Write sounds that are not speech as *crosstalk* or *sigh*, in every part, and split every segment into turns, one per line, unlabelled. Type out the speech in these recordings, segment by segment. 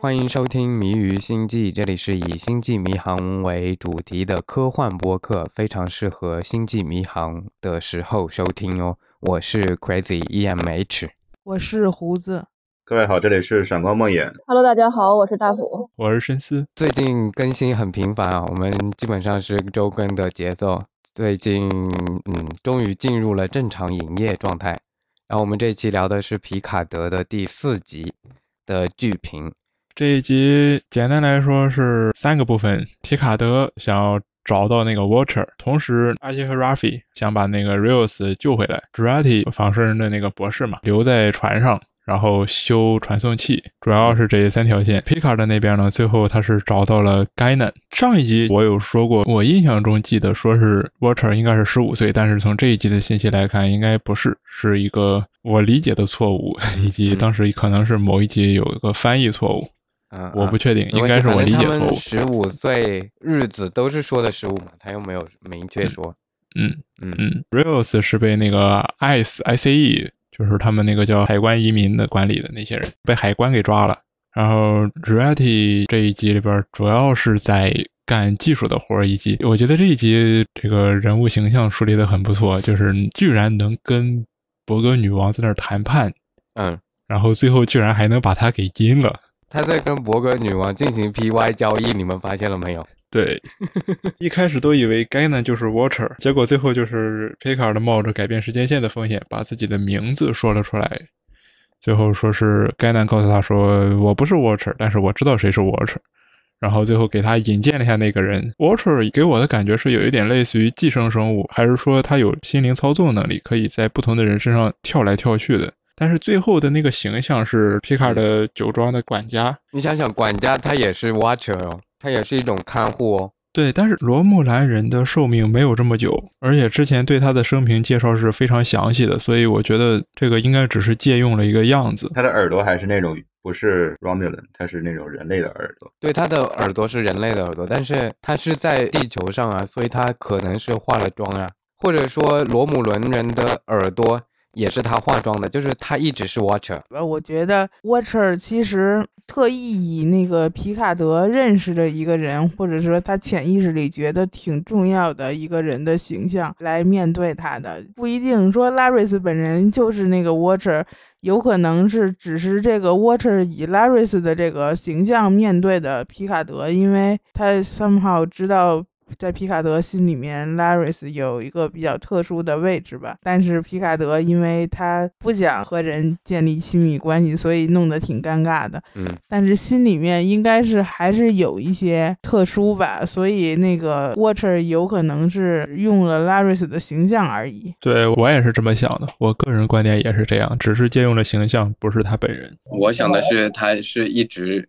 欢迎收听《谜语星际》，这里是以星际迷航为主题的科幻播客，非常适合星际迷航的时候收听哦。我是 Crazy E EMH，
我是胡子。
各位好，这里是闪光梦魇。
Hello，大家好，我是大虎，
我是深思。
最近更新很频繁啊，我们基本上是周更的节奏。最近，嗯，终于进入了正常营业状态。然后我们这一期聊的是皮卡德的第四集的剧评。
这一集简单来说是三个部分：皮卡德想要找到那个 Watcher，同时阿杰和 Rafi 想把那个 Rios 救回来 d r a t i 仿生人的那个博士嘛，留在船上，然后修传送器，主要是这三条线。皮卡德那边呢，最后他是找到了 Ganon。上一集我有说过，我印象中记得说是 Watcher 应该是十五岁，但是从这一集的信息来看，应该不是，是一个我理解的错误， *laughs* 以及当时可能是某一集有一个翻译错误。
嗯，
我不确定，
嗯
应该是我理解错误。
十五岁日子都是说的十五嘛，他又没有明确说。
嗯
嗯
嗯，Rios 是被那个 ICE ICE，就是他们那个叫海关移民的管理的那些人，被海关给抓了。然后 Dretti 这一集里边主要是在干技术的活儿，以及我觉得这一集这个人物形象树立的很不错，就是居然能跟伯格女王在那儿谈判，
嗯，
然后最后居然还能把她给阴了。
他在跟伯格女王进行 PY 交易，你们发现了没有？
对，一开始都以为 Ganon 就是 Watcher，结果最后就是 Picard 冒着改变时间线的风险，把自己的名字说了出来。最后说是 Ganon 告诉他说：“我不是 Watcher，但是我知道谁是 Watcher。”然后最后给他引荐了一下那个人。Watcher 给我的感觉是有一点类似于寄生生物，还是说他有心灵操纵能力，可以在不同的人身上跳来跳去的。但是最后的那个形象是 Picard 的酒庄的管家，
你想想，管家他也是 watcher 哦，他也是一种看护哦。
对，但是罗木兰人的寿命没有这么久，而且之前对他的生平介绍是非常详细的，所以我觉得这个应该只是借用了一个样子。
他的耳朵还是那种不是 Romulan，他是那种人类的耳朵。
对，他的耳朵是人类的耳朵，但是他是在地球上啊，所以他可能是化了妆啊，或者说罗姆伦人的耳朵也是他化妆的，就是他一直是 watcher。
呃，我觉得 Watcher 其实特意以那个皮卡德认识的一个人，或者说他潜意识里觉得挺重要的一个人的形象来面对他的，不一定说拉瑞斯本人就是那个 Watcher，有可能是只是这个 Watcher 以拉瑞斯的这个形象面对的皮卡德，因为他 somehow 知道在皮卡德心里面，Laris 有一个比较特殊的位置吧。但是皮卡德因为他不想和人建立亲密关系，所以弄得挺尴尬的。
嗯，
但是心里面应该是还是有一些特殊吧，所以那个 Watcher 有可能是用了 Laris 的形象而已。
对我也是这么想的，我个人观点也是这样，只是借用了形象，不是他本人。
我想的是，它是一直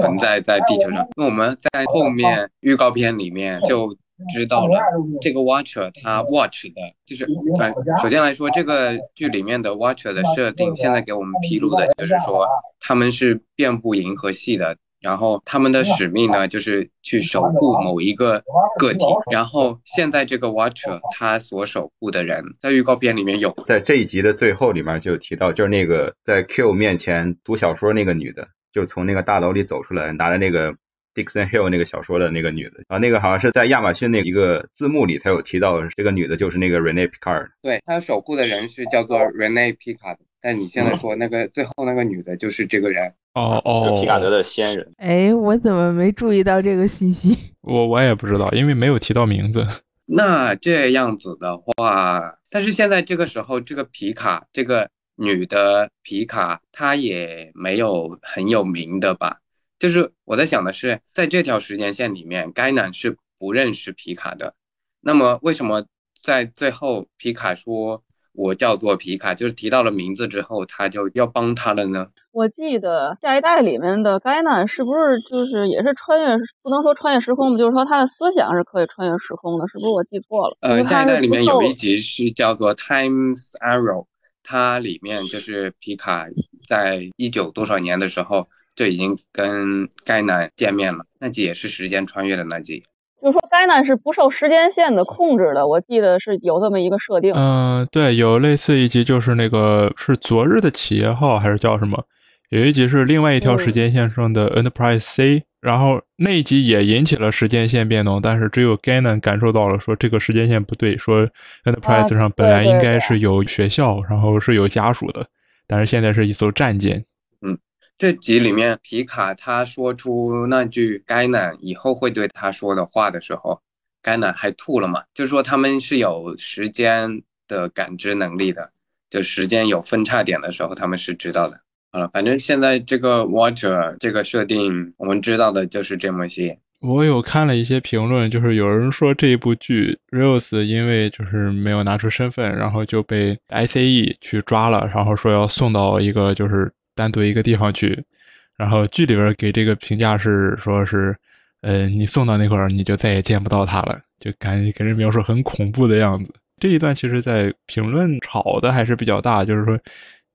存在在地球上。那我们在后面预告片里面就知道了，这个 Watcher 他 watch 的，就是呃，首先来说，这个剧里面的 Watcher 的设定，现在给我们披露的就是说，他们是遍布银河系的，然后他们的使命呢，就是去守护某一个个体。然后现在这个 Watcher 他所守护的人，在预告片里面有
在这一集的最后里面就有提到，就是那个在 Q 面前读小说那个女的，就从那个大楼里走出来，拿着那个 Dixon Hill 那个小说的那个女的，啊然后那个好像是在亚马逊那一个字幕里才有提到，这个女的就是那个 Rene Picard。
对，他守护的人是叫做 Rene Picard，但你现在说那个最后那个女的就是这个人，
哦
就是皮卡德
哦，
的先人，
哎，我怎么没注意到这个信息？
我我也不知道，因为没有提到名字。
那这样子的话，但是现在这个时候，这个皮卡，这个女的皮卡，她也没有很有名的吧？就是我在想的是，在这条时间线里面，该男是不认识皮卡的。那么为什么在最后皮卡说我叫做皮卡，就是提到了名字之后，他就要帮他了呢？
我记得下一代里面的该难是不是就是也是穿越，不能说穿越时空吧，就是说他的思想是可以穿越时空的，是不是我记错了？因
呃，
为他
下一代里面有一
是
集是叫做《Times Arrow》，它里面就是皮卡在一九多少年的时候就已经跟该男见面了，那集也是时间穿越的那集。
不受，就是说该难是不受时间线的控制的，我记得是有这么一个设定。
嗯嗯、对，有类似一集，就是那个是昨日的企业号还是叫什么？有一集是另外一条时间线上的 Enterprise C，然后那一集也引起了时间线变动，但是只有 Ganon 感受到了说这个时间线不对，说 Enterprise 上本来应该是有学校，然后是有家属的，但是现在是一艘战舰。
这集里面，皮卡他说出那句“该男以后会对他说的话”的时候，该男还吐了嘛？就说他们是有时间的感知能力的，就时间有分叉点的时候，他们是知道的。好了，反正现在这个 Watcher 这个设定，我们知道的就是这么些。
我有看了一些评论，就是有人说这一部剧 Rose 因为就是没有拿出身份，然后就被 ICE 去抓了，然后说要送到一个就是单独一个地方去。然后剧里边给这个评价是说是，呃，你送到那块儿你就再也见不到他了，就感觉给人描述很恐怖的样子。这一段其实，在评论吵的还是比较大，就是说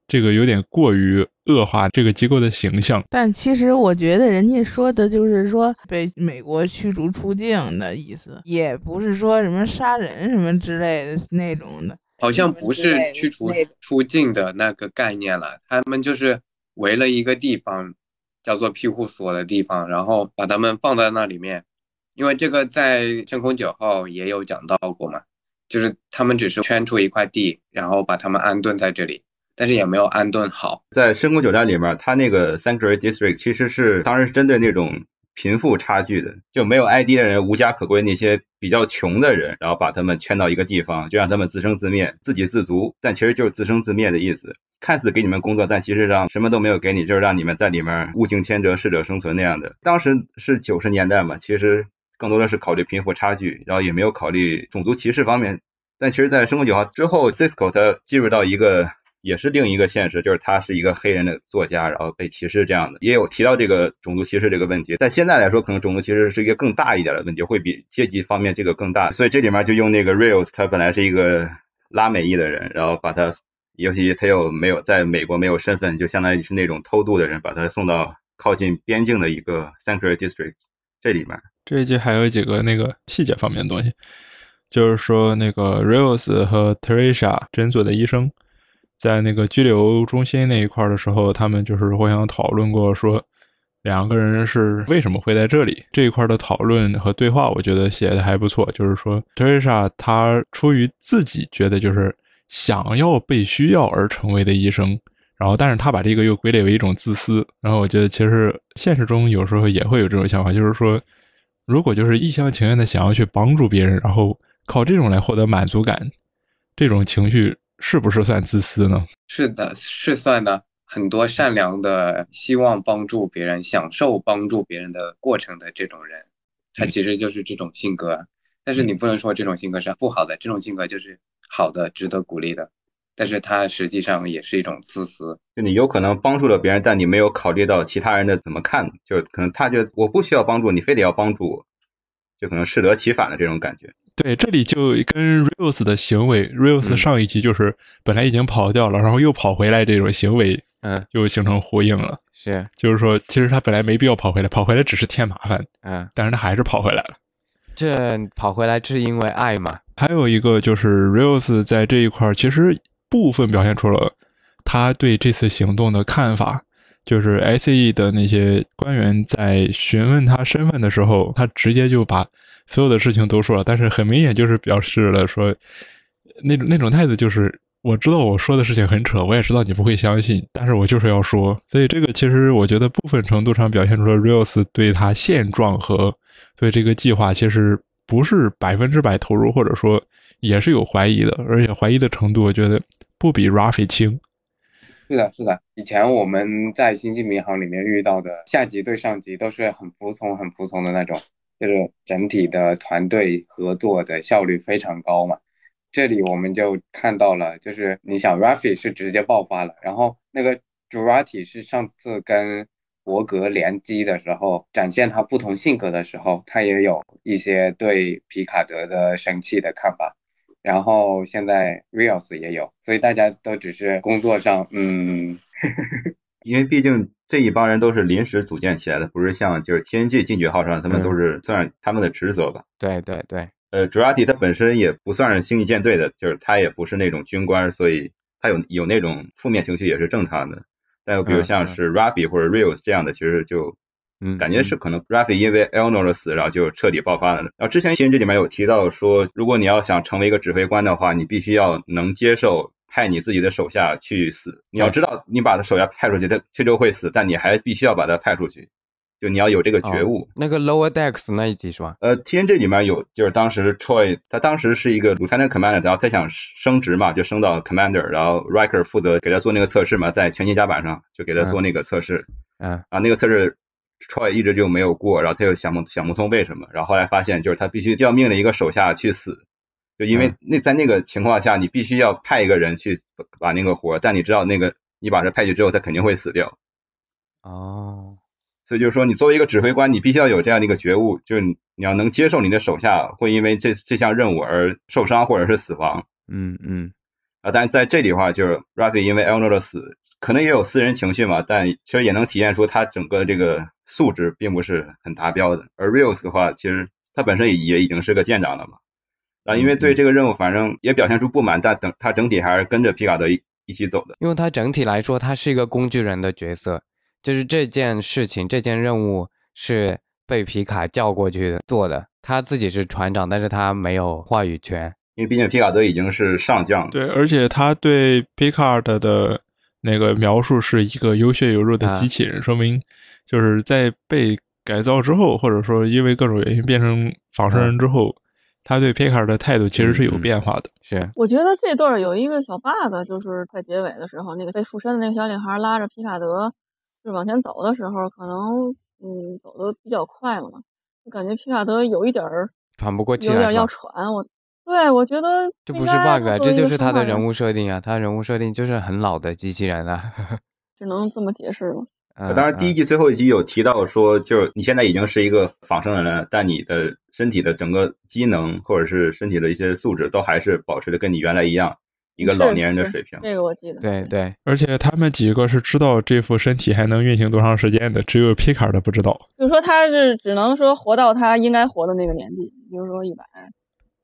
这个有点过于恶化这个机构的形象。
但其实我觉得人家说的就是说被美国驱逐出境的意思，也不是说什么杀人什么之类的那种的。
好像不是驱除出境的那个概念了，他们就是围了一个地方，叫做庇护所的地方，然后把他们放在那里面。因为这个在《真空九号》也有讲到过嘛，就是他们只是圈出一块地，然后把他们安顿在这里，但是也没有安顿好。
在《深宫九战》里面，它那个 Sanctuary District 其实是当时是针对那种贫富差距的，就没有 ID 的人、无家可归那些比较穷的人，然后把他们圈到一个地方，就让他们自生自灭、自给自足，但其实就是自生自灭的意思。看似给你们工作，但其实上什么都没有给你，就是让你们在里面物竞天择、适者生存那样的。当时是九十年代嘛，其实更多的是考虑贫富差距，然后也没有考虑种族歧视方面。但其实，在《生活九号》之后，Cisco 他进入到一个也是另一个现实，就是他是一个黑人的作家，然后被歧视这样的，也有提到这个种族歧视这个问题。但现在来说，可能种族歧视是一个更大一点的问题，会比阶级方面这个更大。所以这里面就用那个 Rails，他本来是一个拉美裔的人，然后把他。尤其他又没有在美国没有身份，就相当于是那种偷渡的人，把他送到靠近边境的一个 sanctuary district 这里面。
这一集还有几个那个细节方面的东西，就是说那个 Rose 和 Teresa 诊所的医生在那个拘留中心那一块儿的时候，他们就是互相讨论过，说两个人是为什么会在这里这一块的讨论和对话，我觉得写的还不错。就是说 Teresa 她出于自己觉得就是。想要被需要而成为的医生，然后，但是他把这个又归类为一种自私。然后，我觉得其实现实中有时候也会有这种想法，就是说，如果就是一厢情愿的想要去帮助别人，然后靠这种来获得满足感，这种情绪是不是算自私呢？
是的，是算的。很多善良的、希望帮助别人、享受帮助别人的过程的这种人，他
嗯
其实就是这种性格。但是你不能说这种性格是不好的，这种性格就是。好的，值得鼓励的，但是它实际上也是一种自私。
就你有可能帮助了别人，但你没有考虑到其他人的怎么看，就可能他觉得我不需要帮助，你非得要帮助我，就可能适得其反的这种感觉。
对，这里就跟 Reels 的行为，Reels 上一集就是本来已经跑掉了，嗯、然后又跑回来这种行为，
嗯，
就形成呼应了。
是，
就是说，其实他本来没必要跑回来，跑回来只是添麻烦，
嗯，
但是他还是跑回来了。
这跑回来是因为爱嘛？
还有一个就是 Reels 在这一块其实部分表现出了他对这次行动的看法。就是 SE 的那些官员在询问他身份的时候，他直接就把所有的事情都说了，但是很明显就是表示了说那种那种态度就是。我知道我说的事情很扯，我也知道你不会相信，但是我就是要说。所以这个其实我觉得部分程度上表现出了 Reels 对他现状和对这个计划其实不是百分之百投入，或者说也是有怀疑的，而且怀疑的程度我觉得不比 Rafi 轻。
是的，是的。以前我们在《星际迷航》里面遇到的下级对上级都是很服从、很服从的那种，就是整体的团队合作的效率非常高嘛。这里我们就看到了，就是你想 Rafi 是直接爆发了，然后那个 Jurati 是上次跟伯格联机的时候，展现他不同性格的时候，他也有一些对皮卡德的生气的看法，然后现在 Reals 也有，所以大家都只是工作上，嗯，
因为毕竟这一帮人都是临时组建起来的，不是像就是 TNG 进取号上他们
嗯
都是算他们的职责吧？
对对对。
呃，主拉蒂他本身也不算是星际舰队的，就是他也不是那种军官，所以他有有那种负面情绪也是正常的。再有比如
嗯
像
嗯
是 Rafi 或者 Rios 这样的，其实就
嗯，
感觉是可能 Rafi 因为 Elnor 的死，然后就彻底爆发了。然后之前其实这里面有提到说，如果你要想成为一个指挥官的话，你必须要能接受派你自己的手下去死。你要知道，你把他手下派出去，他他就会死，但你还必须要把他派出去，就你要有这个
哦
觉悟。
那个 Lower Decks 那一集是吧？
呃，TNG 里面有，就是当时 Troy 他当时是一个 Lieutenant Commander，然后他想升职嘛，就升到 Commander，然后 Riker 负责给他做那个测试嘛，在全勤甲板上就给他做那个测试，
嗯
啊，那个测试 Troy 一直就没有过，然后他又想不想不通为什么，然后后来发现就是他必须要命令一个手下去死，就因为
嗯
那在那个情况下，你必须要派一个人去把那个活儿，但你知道那个你把他派去之后，他肯定会死掉。
哦，
所以就是说，你作为一个指挥官，你必须要有这样的一个觉悟，就是你你要能接受你的手下会因为这这项任务而受伤或者是死亡
嗯嗯
啊。但是在这里的话，就是 Rafi 因为 Elnor 的死，可能也有私人情绪嘛，但其实也能体现出他整个这个素质并不是很达标的。而 Rios 的话，其实他本身也也已经是个舰长了嘛，啊，因为对这个任务反正也表现出不满，但等他整体还是跟着皮卡德一一起走的。
因为他整体来说，他是一个工具人的角色，就是这件事情、这件任务是被皮卡叫过去做的，他自己是船长，但是他没有话语权。
因为毕竟皮卡德已经是上将了，
对，而且他对 Picard 的那个描述是一个有血有肉的
啊
机器人，说明就是在被改造之后，或者说因为各种原因变成仿生人之后，他对 Picard 的态度其实是有
嗯嗯
变化的。
是，
我觉得这段儿有一个小 bug，就是在结尾的时候，那个被附身的那个小女孩拉着皮卡德，就是往前走的时候，可能嗯走的比较快了嘛，就感觉皮卡德有一点儿
喘不过气
有点
来
儿
是
要
吧？
喘。我对我觉得
这
应
不是
该
bug，
作
啊，
为
这
一
就
个
是
生
他
化
的
人
人物设定啊，他人物设定就是很老的机器人啊。
*laughs*
只能这么解释了。
嗯
呃当然，第一季最后一集有提到说，就是你现在已经是一个仿生人了，但你的身体的整个机能或者是身体的一些素质都还是保持的跟你原来一样，一个老年人的
是
水平。
这个我 *laughs* 记得。
嗯对对，
而且他们几个是知道这副身体还能运行多长时间的，只有 Picard 不知道。
就说他是只能说活到他应该活的那个年纪，比如说一百、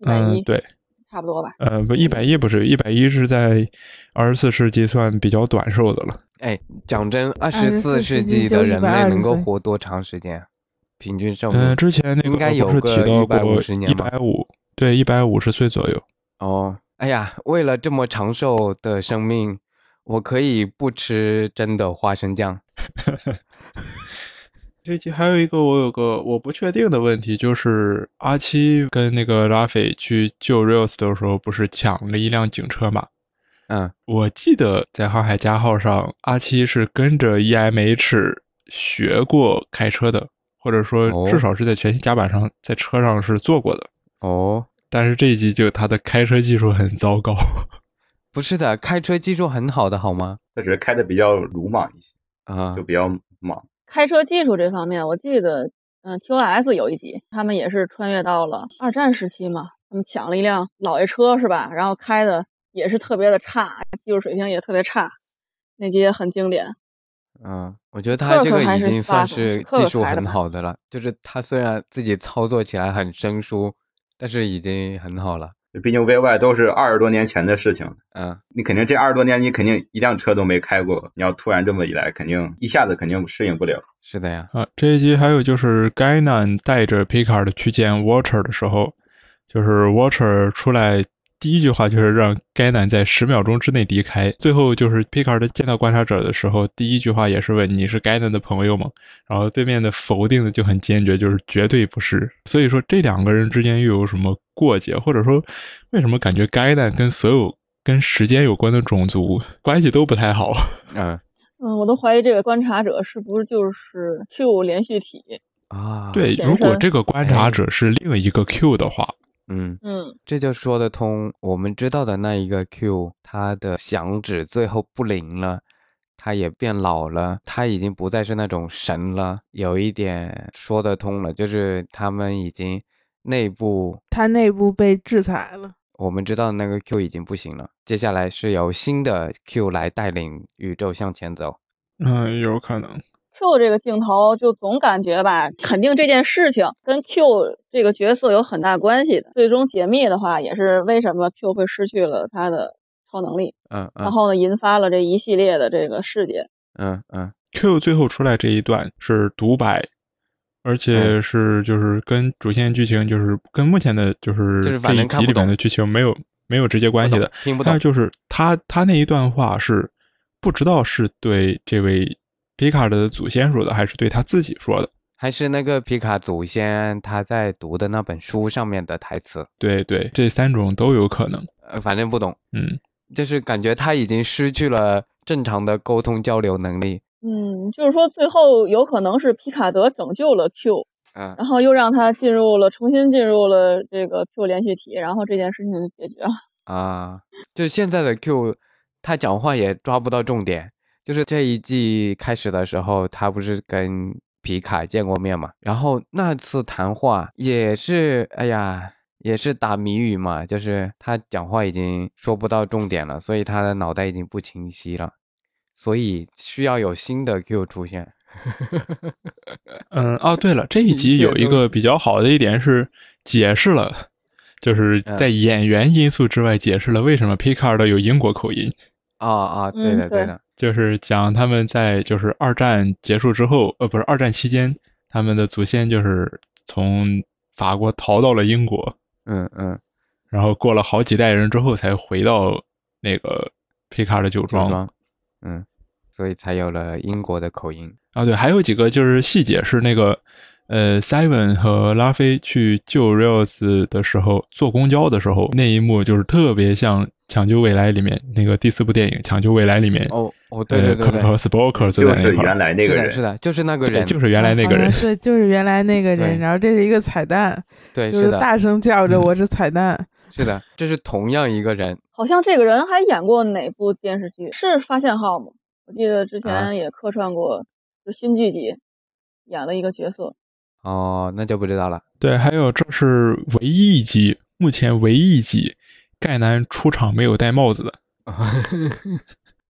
一百
嗯
一，，
对，
差不多吧。
呃，不，一百一不是，一百一是在二十四世纪算比较短寿的了。
哎，讲真，二十
24
四
世
世
纪
纪
就
的人类
120
能够
岁
活多长时间啊？平均寿命？
嗯、之前那个
应该有
不是
个
提到过
150
一
年吧
百五，对，一百五十岁左右。
哦，哎呀，为了这么长寿的生命，我可以不吃真的花生酱。
这期还有一个我有个我不确定的问题，就是阿七跟那个拉菲去救 Rios 的时候，不是抢了一辆警车嘛？
嗯，
我记得在航海家号上，阿七是跟着 EMH 学过开车的，或者说
哦
至少是在全息甲板上，在车上是坐过的。
哦，
但是这一集就他的开车技术很糟糕，
不是的，开车技术很好的好吗？
他只是开的比较鲁莽一些，
啊
就，比较莽。
开车技术这方面，我记得，嗯，TOS 有一集，他们也是穿越到了二战时期嘛，他们抢了一辆老爷车是吧？然后开的也是特别的差，技术水平也特别差，那集也很经典。
嗯，我觉得他这
克
个
还
已
是
经算
Spark，
是
克
技术
开的
很
吧
好的了，就是他虽然自己操作起来很生疏，但是已经很好了。
毕竟 VY 都是二十多年前的事情，
嗯，
你肯定这二十多年你肯定一辆车都没开过，你要突然这么一来，肯定一下子肯定适应不了。
是的呀，
*laughs* 啊，这一集还有就是该南带着 Picard 去见 Watcher 的时候，就是 Watcher 出来第一句话就是让该南在十秒钟之内离开，最后就是 Picard 见到观察者的时候，第一句话也是问你是该南的朋友吗？然后对面的否定的就很坚决，就是绝对不是。所以说这两个人之间又有什么过节，或者说为什么感觉该南跟所有跟时间有关的种族关系都不太好？
嗯
嗯，我都怀疑这个观察者是不是就是 Q 连续体？
啊，
对，
显
如果
身
这个观察者是另一个 Q 的话。
嗯，
嗯，
这就说得通。我们知道的那一个 Q，他的响指最后不灵了，他也变老了，他已经不再是那种神了，有一点说得通了，就是他们已经内部
他内部被制裁了。
我们知道那个 Q 已经不行了，接下来是由新的 Q 来带领宇宙向前走。
嗯，有可能。
Q 这个镜头，就总感觉吧，肯定这件事情跟 Q 这个角色有很大关系的。最终解密的话，也是为什么 Q 会失去了他的超能力，
嗯
然
嗯
哦
后呢，引发了这一系列的这个事件。
嗯嗯
Q 最后出来这一段是独白，而且是就是跟主线剧情就是跟目前的就是
就是
这
反
一
正看
集
不
里面
懂
的剧情没有没有直接关系的，
听不
但
懂
是就是他他那一段话是不知道是对这位皮卡的祖先说的，还是对他自己说的。
还是那个皮卡祖先他在读的那本书上面的台词，
对对，这三种都有可能。
呃，反正不懂，
嗯，
就是感觉他已经失去了正常的沟通交流能力。
嗯，就是说最后有可能是皮卡德拯救了 Q，
嗯，
然后又让他进入了重新进入了这个 Q 连续体，然后这件事情就解决了。
啊，就现在的 Q，他讲话也抓不到重点。就是这一季开始的时候，他不是跟皮卡见过面嘛？然后那次谈话也是，哎呀，也是打谜语嘛，就是他讲话已经说不到重点了，所以他的脑袋已经不清晰了，所以需要有新的 Q 出现。
嗯，哦，对了，这一
一
集
切
有一
都
个
是
比较好的一点是解释了，就是
嗯
在演员因素之外解释了为什么 Picard 有英国口音，
啊啊，对
嗯
的对
对
的，
就是讲他们在就是二战结束之后，呃，不是二战期间，他们的祖先就是从法国逃到了英国，
嗯嗯，
然后过了好几代人之后才回到那个 Picard 的酒
着
庄。
装，嗯，所以才有了英国的口音。
啊，对，还有几个就是细节是那个，呃，Simon 和拉菲去救 Rails 的时候，坐公交的时候那一幕，就是特别像《抢救未来》里面那个第四部电影《抢救未来》里面，
哦哦，对对对
呃
对，
，Kirk 和 Spoker 坐
就
在那
是
块
原
儿，
来那个
是的，
人，
是的，就是那个
对
人，
就是原来那个
啊好
人
嗯
像，是就是原来那个
对
人，然后这是一个彩蛋，
对，
就是是
的，
大声叫着
嗯
我是彩蛋，
是的，这是同样一个人，
好像这个人还演过哪部电视剧？是《发现号》吗？我记得之
啊
前也客串过，就新剧集演了一个角色。
哦，那就不知道了。 *laughs*
对，还有这是唯一一集，目前唯一一集盖南出场没有戴帽子的，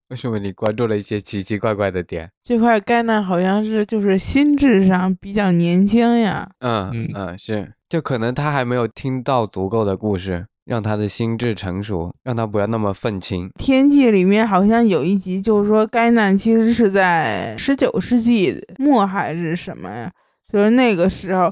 为什么你关注了一些奇奇怪怪的点？
这块盖纳好像是就是心智上比较年轻呀，
嗯
嗯
嗯，是，就可能他还没有听到足够的故事，让他的心智成熟，让他不要那么愤青。
天气里面好像有一集，就是说该难其实是在十九世纪末还是什么呀？就是那个时候，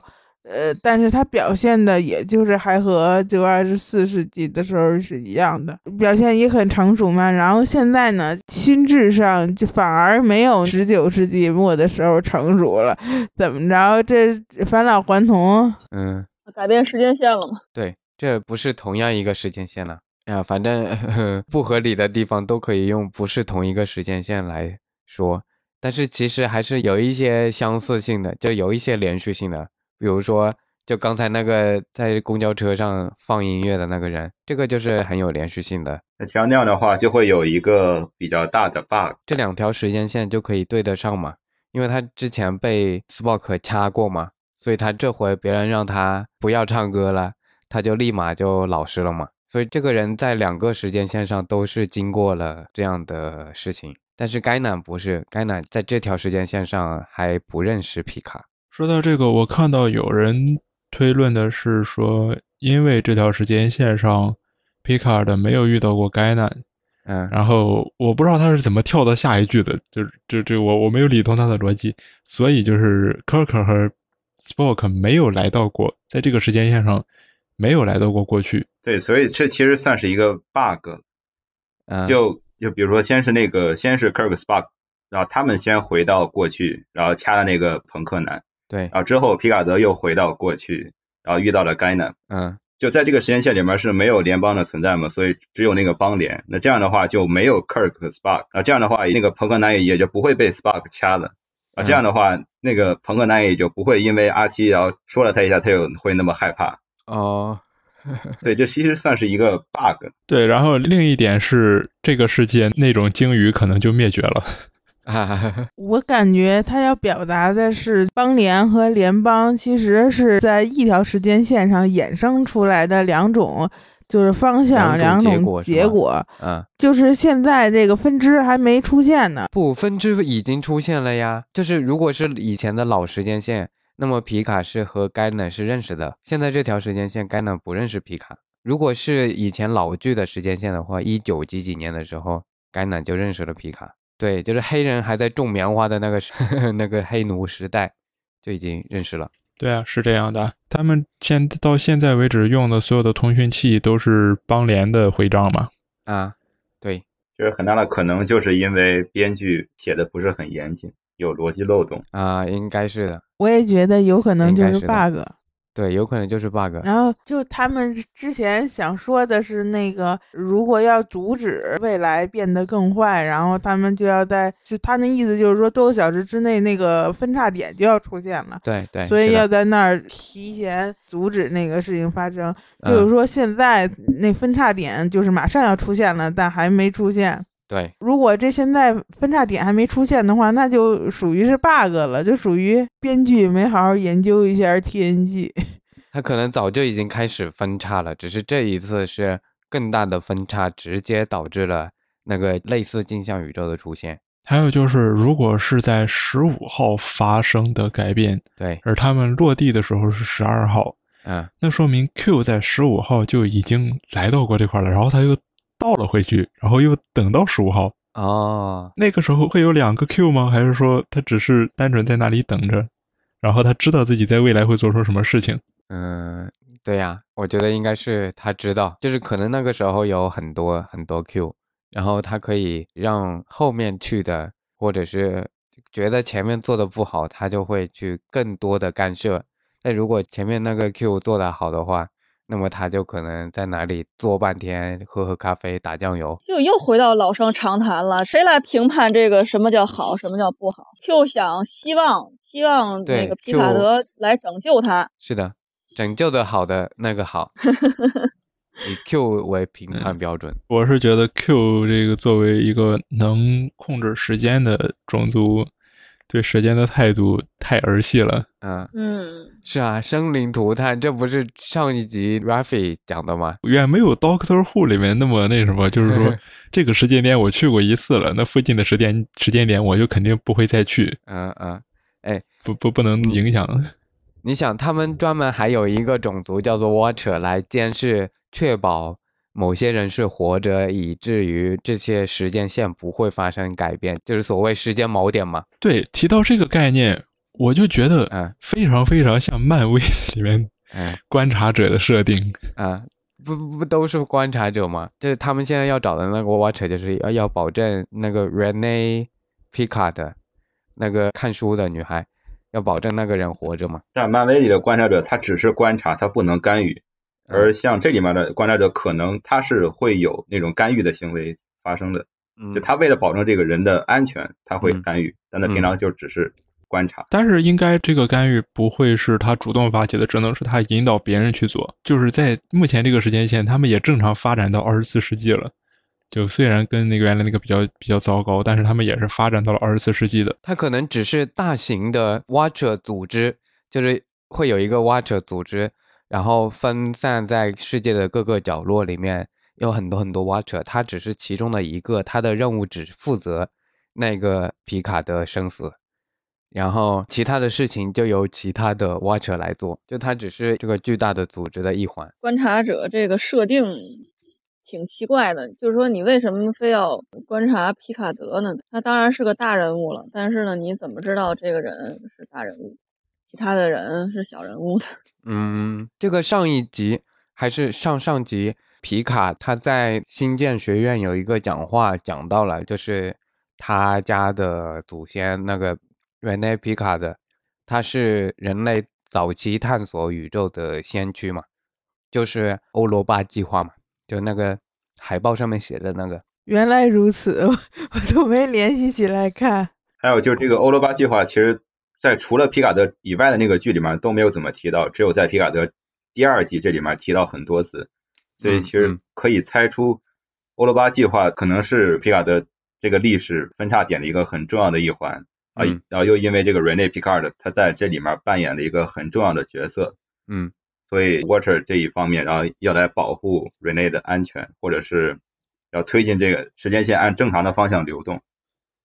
呃，但是它表现的也就是还和就二十四世纪的时候是一样的，表现也很成熟嘛。然后现在呢，心智上就反而没有十九世纪末的时候成熟了，怎么着？这返老还童，
嗯，
改变时间线了嘛？
对，这不是同样一个时间线了。哎呀，反正 *laughs* 不合理的地方都可以用不是同一个时间线来说，但是其实还是有一些相似性的，就有一些连续性的。比如说，就刚才那个在公交车上放音乐的那个人，这个就是很有连续性的。
那像那样的话，就会有一个比较大的 bug。
这两条时间线就可以对得上嘛，因为他之前被 Spock 掐过嘛，所以他这回别人让他不要唱歌了，他就立马就老实了嘛。所以这个人在两个时间线上都是经过了这样的事情，但是该南不是，该南在这条时间线上还不认识皮卡。
说到这个，我看到有人推论的是说，因为这条时间线上，皮卡尔的没有遇到过该难，
嗯，
然后我不知道他是怎么跳到下一句的，就是这这我我没有理通他的逻辑，所以就是科克和 Spock 没有来到过，在这个时间线上没有来到过过去，
对，所以这其实算是一个 bug。
嗯
就就比如说，先是那个，先是 Kirk Spock，然后他们先回到过去，然后掐了那个朋克男，
对，
然后之后皮卡德又回到过去，然后遇到了该男。
嗯
就在这个时间线里面是没有联邦的存在嘛，所以只有那个邦联。那这样的话就没有 Kirk 和 Spock，啊，这样的话那个朋克男也也就不会被 Spock 掐了，
嗯
啊，这样的话那个朋克男也就不会因为阿七然后说了他一下，他又会那么害怕。
哦，
所以这其实算是一个 bug。
对，然后另一点是这个世界那种鲸鱼可能就灭绝了，
哈哈哈，
我感觉他要表达的是，邦联和联邦其实是在一条时间线上衍生出来的两种，就是方向
两
两
种
种
结果是吗
结果
嗯，
*laughs* 就是现在这个分支还没出现呢。
不，分支已经出现了呀。就是如果是以前的老时间线，那么皮卡是和该南是认识的。现在这条时间线，该南不认识皮卡。如果是以前老剧的时间线的话，一九几几年的时候，该南就认识了皮卡。对，就是黑人还在种棉花的那个时 *laughs* 那个黑奴时代就已经认识了。
*laughs* 对啊，是这样的。他们现到现在为止用的所有的通讯器都是邦联的徽章嘛？
啊，对，
就是很大的可能就是因为编剧写的不是很严谨，有逻辑漏洞。
啊，应该是的，
我也觉得有可能就
应该
是
是
bug
的。对，有可能就是 bug。
然后就他们之前想说的是，那个如果要阻止未来变得更坏，然后他们就要在，就他那意思就是说多个小时之内那个分叉点就要出现了。
对对，
所
哎是
以
的
要在那儿提前阻止那个事情发生，
嗯
就是说现在那分叉点就是马上要出现了，但还没出现。
对
如果这现在分叉点还没出现的话，那就属于是 bug 了，就属于编剧没好好研究一下 TNG。
他可能早就已经开始分叉了，只是这一次是更大的分叉，直接导致了那个类似镜像宇宙的出现。
还有就是，如果是在十五号发生的改变，
对，
而他们落地的时候是十二号，
嗯，
那说明 Q 在十五号就已经来到过这块了，然后他又倒了回去，然后又等到十五号。
哦，
那个时候会有两个 Q 吗？还是说他只是单纯在那里等着，然后他知道自己在未来会做出什么事情？
嗯，对呀、我觉得应该是他知道，就是可能那个时候有很多很多 Q，然后他可以让后面去的，或者是觉得前面做的不好，他就会去更多的干涉。但如果前面那个 Q 做的好的话，那么他就可能在哪里坐半天，喝喝咖啡，打酱油。
就又回到老生常谈了，谁来评判这个什么叫好，什么叫不好？Q 想希望希望
对
那个皮卡
Q
德来拯救他，
是的，拯救的好的那个好，以 Q 为评判标准。
我是觉得 Q 这个作为一个能控制时间的种族，对时间的态度太儿戏了。
嗯，
嗯，
是啊，生灵涂炭，这不是上一集 Rafi 讲的吗？
远没有 Doctor Who 里面那么那什么，就是 *laughs* 说这个时间点我去过一次了，那附近的时间时间点我就肯定不会再去，
嗯嗯，
不不不能影响。
你想，他们专门还有一个种族叫做 Watcher 来监视，确保某些人是活着，以至于这些时间线不会发生改变，就是所谓时间锚点嘛。
对，提到这个概念，我就觉
嗯
得非常非常像漫威里面
嗯
观察者的设定。
啊，不不不都是观察者吗？就是他们现在要找的那个 watcher，就是要要保证那个 Rene Picard 那个看书的女孩，要保证那个人活着嘛。
但漫威里的观察者，他只是观察，他不能干预。
嗯
而像这里面的观察者，可能他是会有那种干预的行为发生的。
嗯
就他为了保证这个人的安全，他会
嗯
干预，但他平常就只是观察。
但是应该这个干预不会是他主动发起的，只能是他引导别人去做。就是在目前这个时间线，他们也正常发展到二十四世纪了。就虽然跟那个原来那个比较比较糟糕，但是他们也是发展到了二十四世纪的。
他可能只是大型的 watcher 组织，就是会有一个 watcher 组织，然后分散在世界的各个角落里面，有很多很多 watcher，他只是其中的一个，他的任务只负责那个皮卡的生死，然后其他的事情就由其他的 watcher 来做，就他只是这个巨大的组织的一环。
观察者这个设定挺奇怪的，就是说你为什么非要观察皮卡德呢？他当然是个大人物了，但是呢，你怎么知道这个人是大人物，其他的人是小人物呢？ *laughs*
嗯，这个上一集还是上上集，皮卡他在新建学院有一个讲话讲到了，就是他家的祖先那个原来皮卡的，他是人类早期探索宇宙的先驱嘛，就是欧罗巴计划嘛，就那个海报上面写的那个，
原来如此， *laughs* 我我都没联系起来看。
还有就是这个欧罗巴计划，其实在除了皮卡德以外的那个剧里面都没有怎么提到，只有在皮卡德第二季这里面提到很多次，所以
嗯
其实
嗯
可以猜出欧罗巴计划可能是皮卡德这个历史分叉点的一个很重要的一环啊
嗯，
然后又因为这个 Rene Picard 他在这里面扮演了一个很重要的角色，
嗯，
所以 Watcher 这一方面，然后要来保护 Rene 的安全，或者是要推进这个时间线按正常的方向流动。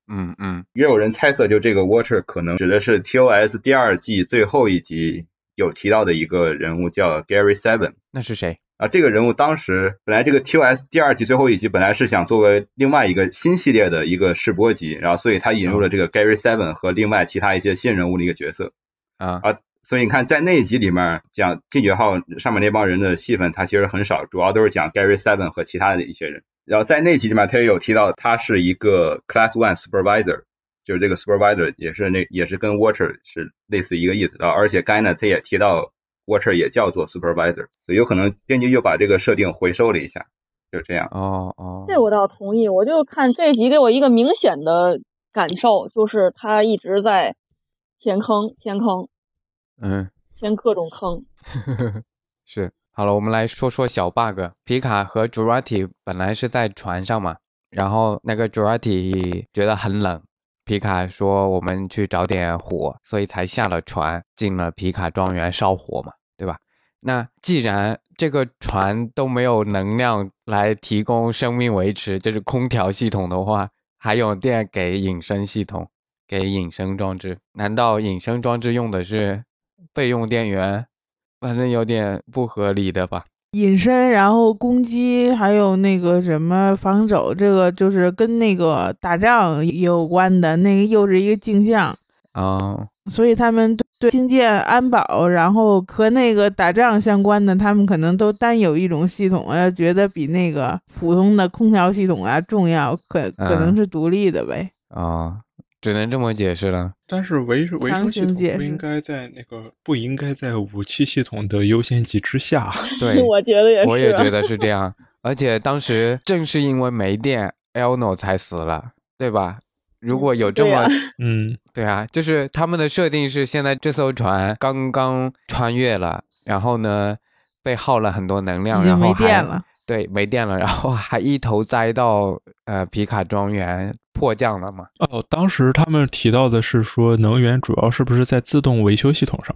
嗯嗯，
也有人猜测，就这个 Watcher 可能指的是 TOS 第二季最后一集有提到的一个人物，叫 Gary Seven。
那是谁？
啊，这个人物当时本来这个 TOS 第二集最后一集本来是想作为另外一个新系列的一个试播集，然后所以他引入了这个 Gary Seven 和另外其他一些新人物的一个角色，
啊
啊所以你看在那一集里面讲第九号上面那帮人的戏份，他其实很少，主要都是讲 Gary Seven 和其他的一些人。然后在那集里面他也有提到，他是一个 Class One Supervisor，就是这个 Supervisor 也是那也是跟 Watcher 是类似一个意思。然后而且 g a n a 他也提到 Watcher 也叫做 Supervisor，所以有可能编剧又把这个设定回收了一下，就这样。
哦哦，
这我倒同意，我就看这一集给我一个明显的感受，就是他一直在填坑、填坑、
嗯，
填各种坑。，
*laughs* 是。好了，我们来说说小 bug。皮卡和 Jurati 本来是在船上嘛，然后那个 Jurati 觉得很冷，皮卡说我们去找点火，所以才下了船，进了皮卡庄园烧火嘛，对吧？那既然这个船都没有能量来提供生命维持，就是空调系统的话，还有电给隐身系统，给隐身装置，难道隐身装置用的是备用电源？反正有点不合理的吧？
隐身，然后攻击，还有那个什么防守，这个就是跟那个打仗也有关的，那个又是一个镜像，
哦，
所以他们对对经济安保，然后和那个打仗相关的，他们可能都单有一种系统，啊，觉得比那个普通的空调系统啊重要，可
嗯
可能是独立的呗。
哦，只能这么解释了。
但是维维
强
修系
行
统
解
不
释
应该在那个不应该在武器系统的优先级之 *laughs* 下。
对
*laughs* 我觉得也是，
我也觉得是这样。而且当时正是因为没电，Elno 才死了，对吧？如果有这
对
么、
呀
嗯，
对啊，就是他们的设定是现在这艘船刚刚穿越了，然后呢被耗了很多能量，
已
然
经
后
没
还
电了，
对，没电了，然后还一头栽到呃皮卡庄园迫降了嘛？
哦，当时他们提到的是说能源主要是不是在自动维修系统上？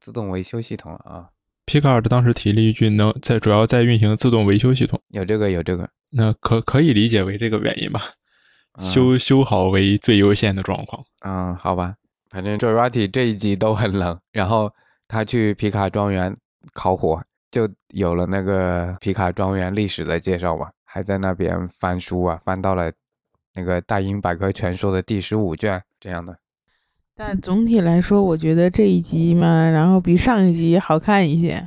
自动维修系统了啊，
皮卡尔当时提了一句能在主要在运行自动维修系统，
有这个有这个，
那可可以理解为这个原因吧？
嗯
修修好为最优先的状况。
嗯，好吧，反正 Jurati 这一集都很冷，然后他去皮卡庄园烤火，就有了那个皮卡庄园历史的介绍嘛，还在那边翻书啊，翻到了那个《大英百科全书》的第十五卷这样的。
但总体来说，我觉得这一集嘛，然后比上一集好看一些，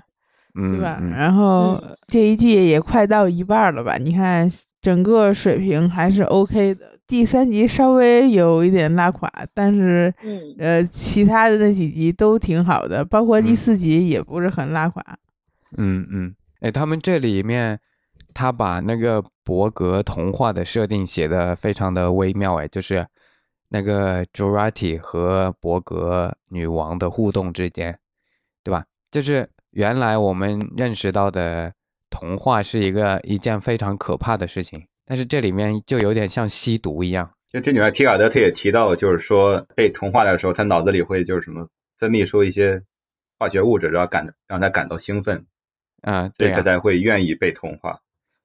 嗯，
对吧？
嗯
然后
嗯
这一季也快到一半了吧？你看整个水平还是 OK 的。第三集稍微有一点拉垮，但是
嗯，
呃，其他的那几集都挺好的，包括第
嗯
四集也不是很拉垮。
嗯嗯，哎，他们这里面他把那个伯格童话的设定写的非常的微妙，哎，就是那个 Jurati 和伯格女王的互动之间，对吧？就是原来我们认识到的童话是一个一件非常可怕的事情，但是这里面就有点像吸毒一样，
就这里面提卡德他也提到，就是说被同化的时候，他脑子里会就是什么分泌出一些化学物质，然后感让他感到兴奋，
啊、
所
对
以
啊
他才会愿意被同化。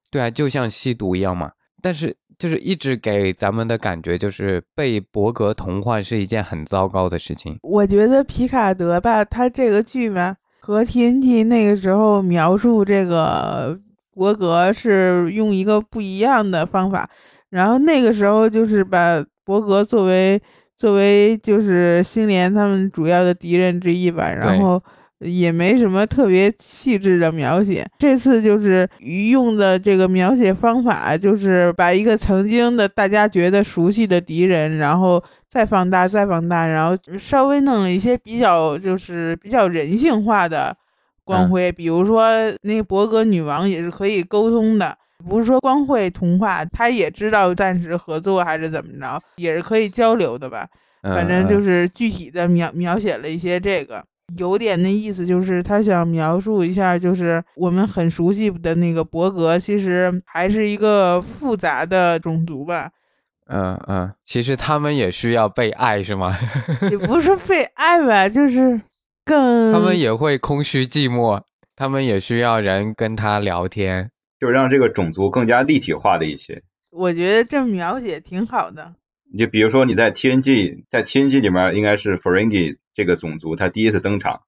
对啊，就像吸毒一样嘛。但是就是一直给咱们的感觉就是被伯格同化是一件很糟糕的事情。
我觉得皮卡德吧，他这个剧吧，和 TNT 那个时候描述这个伯格是用一个不一样的方法，然后那个时候就是把伯格作为作为就是星联他们主要的敌人之一吧，然后也没什么特别细致的描写。这次就是用的这个描写方法，就是把一个曾经的大家觉得熟悉的敌人，然后再放大、再放大，然后稍微弄了一些比较就是比较人性化的光
嗯
辉，比如说那伯格女王也是可以沟通的。不是说光会同化，他也知道暂时合作还是怎么着，也是可以交流的吧。
嗯
反正就是是具体的描描写了一些这个，有点那意思，就是他想描述一下，就是我们很熟悉的那个伯格，其实还是一个复杂的种
*laughs*
族吧，
嗯嗯，其实他们也需要被爱是吗？ *laughs*
也不是被爱吧，就是更
他们也会空虚寂寞，他们也需要人跟他聊天。
就让这个种族更加立体化的一些。
我觉得这描写挺好的。
你就比如说你在 TNG，在 TNG 里面应该是 Ferengi 这个种族，他第一次登场，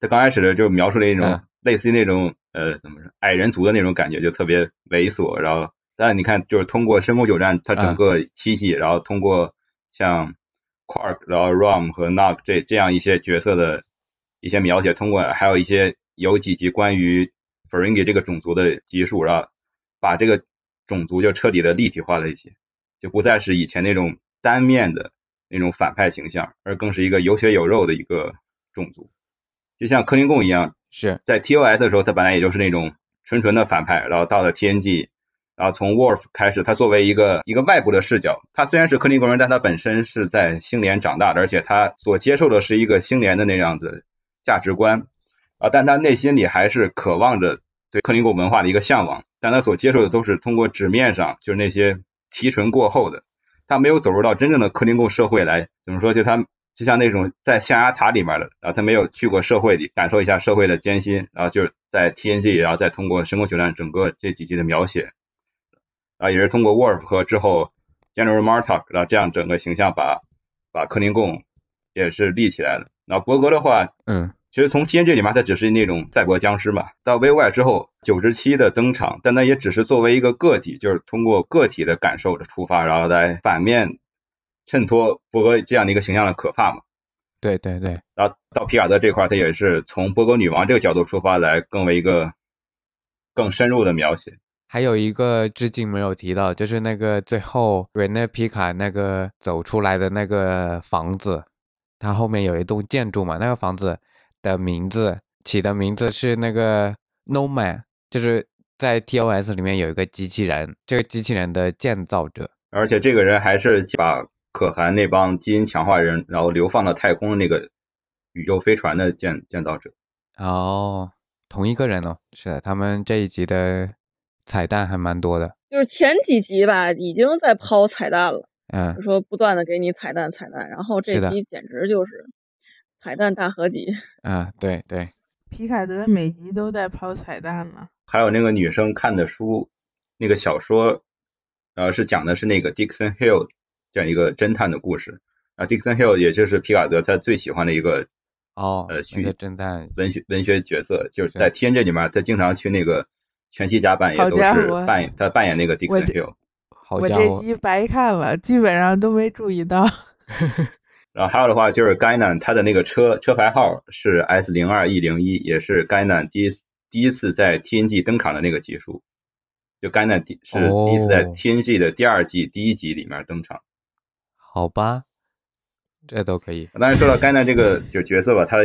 他刚开始就描述了一种
嗯
类似于那种呃怎么说矮人族的那种感觉，就特别猥琐。然后，但你看，就是通过深空九战，它整个七季，然后通过像 Quark，然后 Rom 和 Nog 这这样一些角色的一些描写，通过还有一些有几集关于 Ferengi 这个种族的集数，然后把这个种族就彻底的立体化了一些，就不再是以前那种单面的那种反派形象，而更是一个有血有肉的一个种族，就像克林贡一样。
是
在 TOS 的时候，他本来也就是那种纯纯的反派，然后到了 TNG，然后从 Worf 开始，他作为一个一个外部的视角，他虽然是克林贡人，但他本身是在星联长大的，而且他所接受的是一个星联的那样子价值观啊，但他内心里还是渴望着对克林贡文化的一个向往，但他所接受的都是通过纸面上就是那些提纯过后的，他没有走入到真正的克林贡社会来，怎么说就他。就像那种在象牙塔里面的，然后他没有去过社会里，感受一下社会的艰辛，然后就是在 TNG，然后再通过深空九战整个这几季的描写，然后也是通过 Worf 和之后 General Martok，然后这样整个形象把把克林贡也是立起来了。然后伯格的话，
嗯，
其实从 TNG 里面他只是那种赛博僵尸嘛，到 VY 之后九十七的登场，但他也只是作为一个个体，就是通过个体的感受的出发，然后来反面。衬托波哥这样的一个形象的可怕嘛？
对对对，
然后到皮卡德这块，他也是从波哥女王这个角度出发来更为一个更深入的描写。
还有一个致敬没有提到，就是那个最后瑞内皮卡那个走出来的那个房子，它后面有一栋建筑嘛，那个房子的名字起的名字是那个 No Man，就是在 TOS 里面有一个机器人，这个机器人的建造者，
而且这个人还是把。可汗那帮基因强化人，然后流放到太空的那个宇宙飞船的建建造者，
哦，同一个人哦，是的，他们这一集的彩蛋还蛮多的，
就是前几集吧，已经在抛彩蛋了，
嗯
就，说不断的给你彩蛋彩蛋，然后这
是的
集简直就是彩蛋大合集。
啊，对对，
皮卡德每集都在抛彩蛋了。
还有那个女生看的书，那个小说，呃，是讲的是那个 Dixon Hill 这样一个侦探的故事。啊，Dixon Hill 也就是皮卡德他最喜欢的一个
哦，
呃
那
续
个侦探，
文学文学角色，就是
是
在 TNG 里面，他经常去那个全息甲板也
好
都
家
是
伙
扮演他扮演那个
我
Dixon
这
Hill。
好
我
家
这
伙，
集白看了，基本上都没注意到。
然后还有的话就是 Gainan 他的那个车车牌号是 S 零二 E 零一，也是 Gainan 第一次第一次在 TNG 登场的那个集数。就 Gainan 第是
哦
第一次在 TNG 的第二季第一集里面登场。
好吧，这都可以
当然说到 Gainan 这个就角色吧，他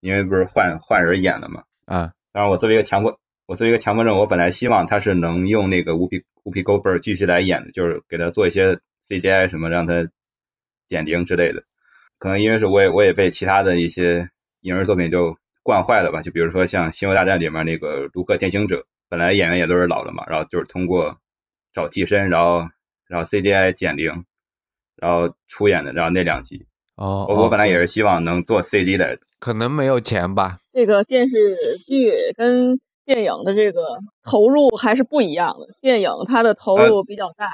因为不是换换人演了嘛。
啊，
当然我作为一个强迫，我作为一个强迫症，我本来希望他是能用那个乌皮乌皮 Goldberg 继续来演的，就是给他做一些 CGI 什么，让他减龄之类的。可能因为是我也我也被其他的一些影视作品就惯坏了吧，就比如说像《星球大战》里面那个卢克天行者，本来演员也都是老了嘛，然后就是通过找替身，然后然后 CGI 减龄，然后出演的，然后那两集，
哦，
我我
哦
本来也
对
是希望能做 CG 的，
可能没有钱吧，
这个电视剧跟电影的这个投入还是不一样的，电影它的投入比较大，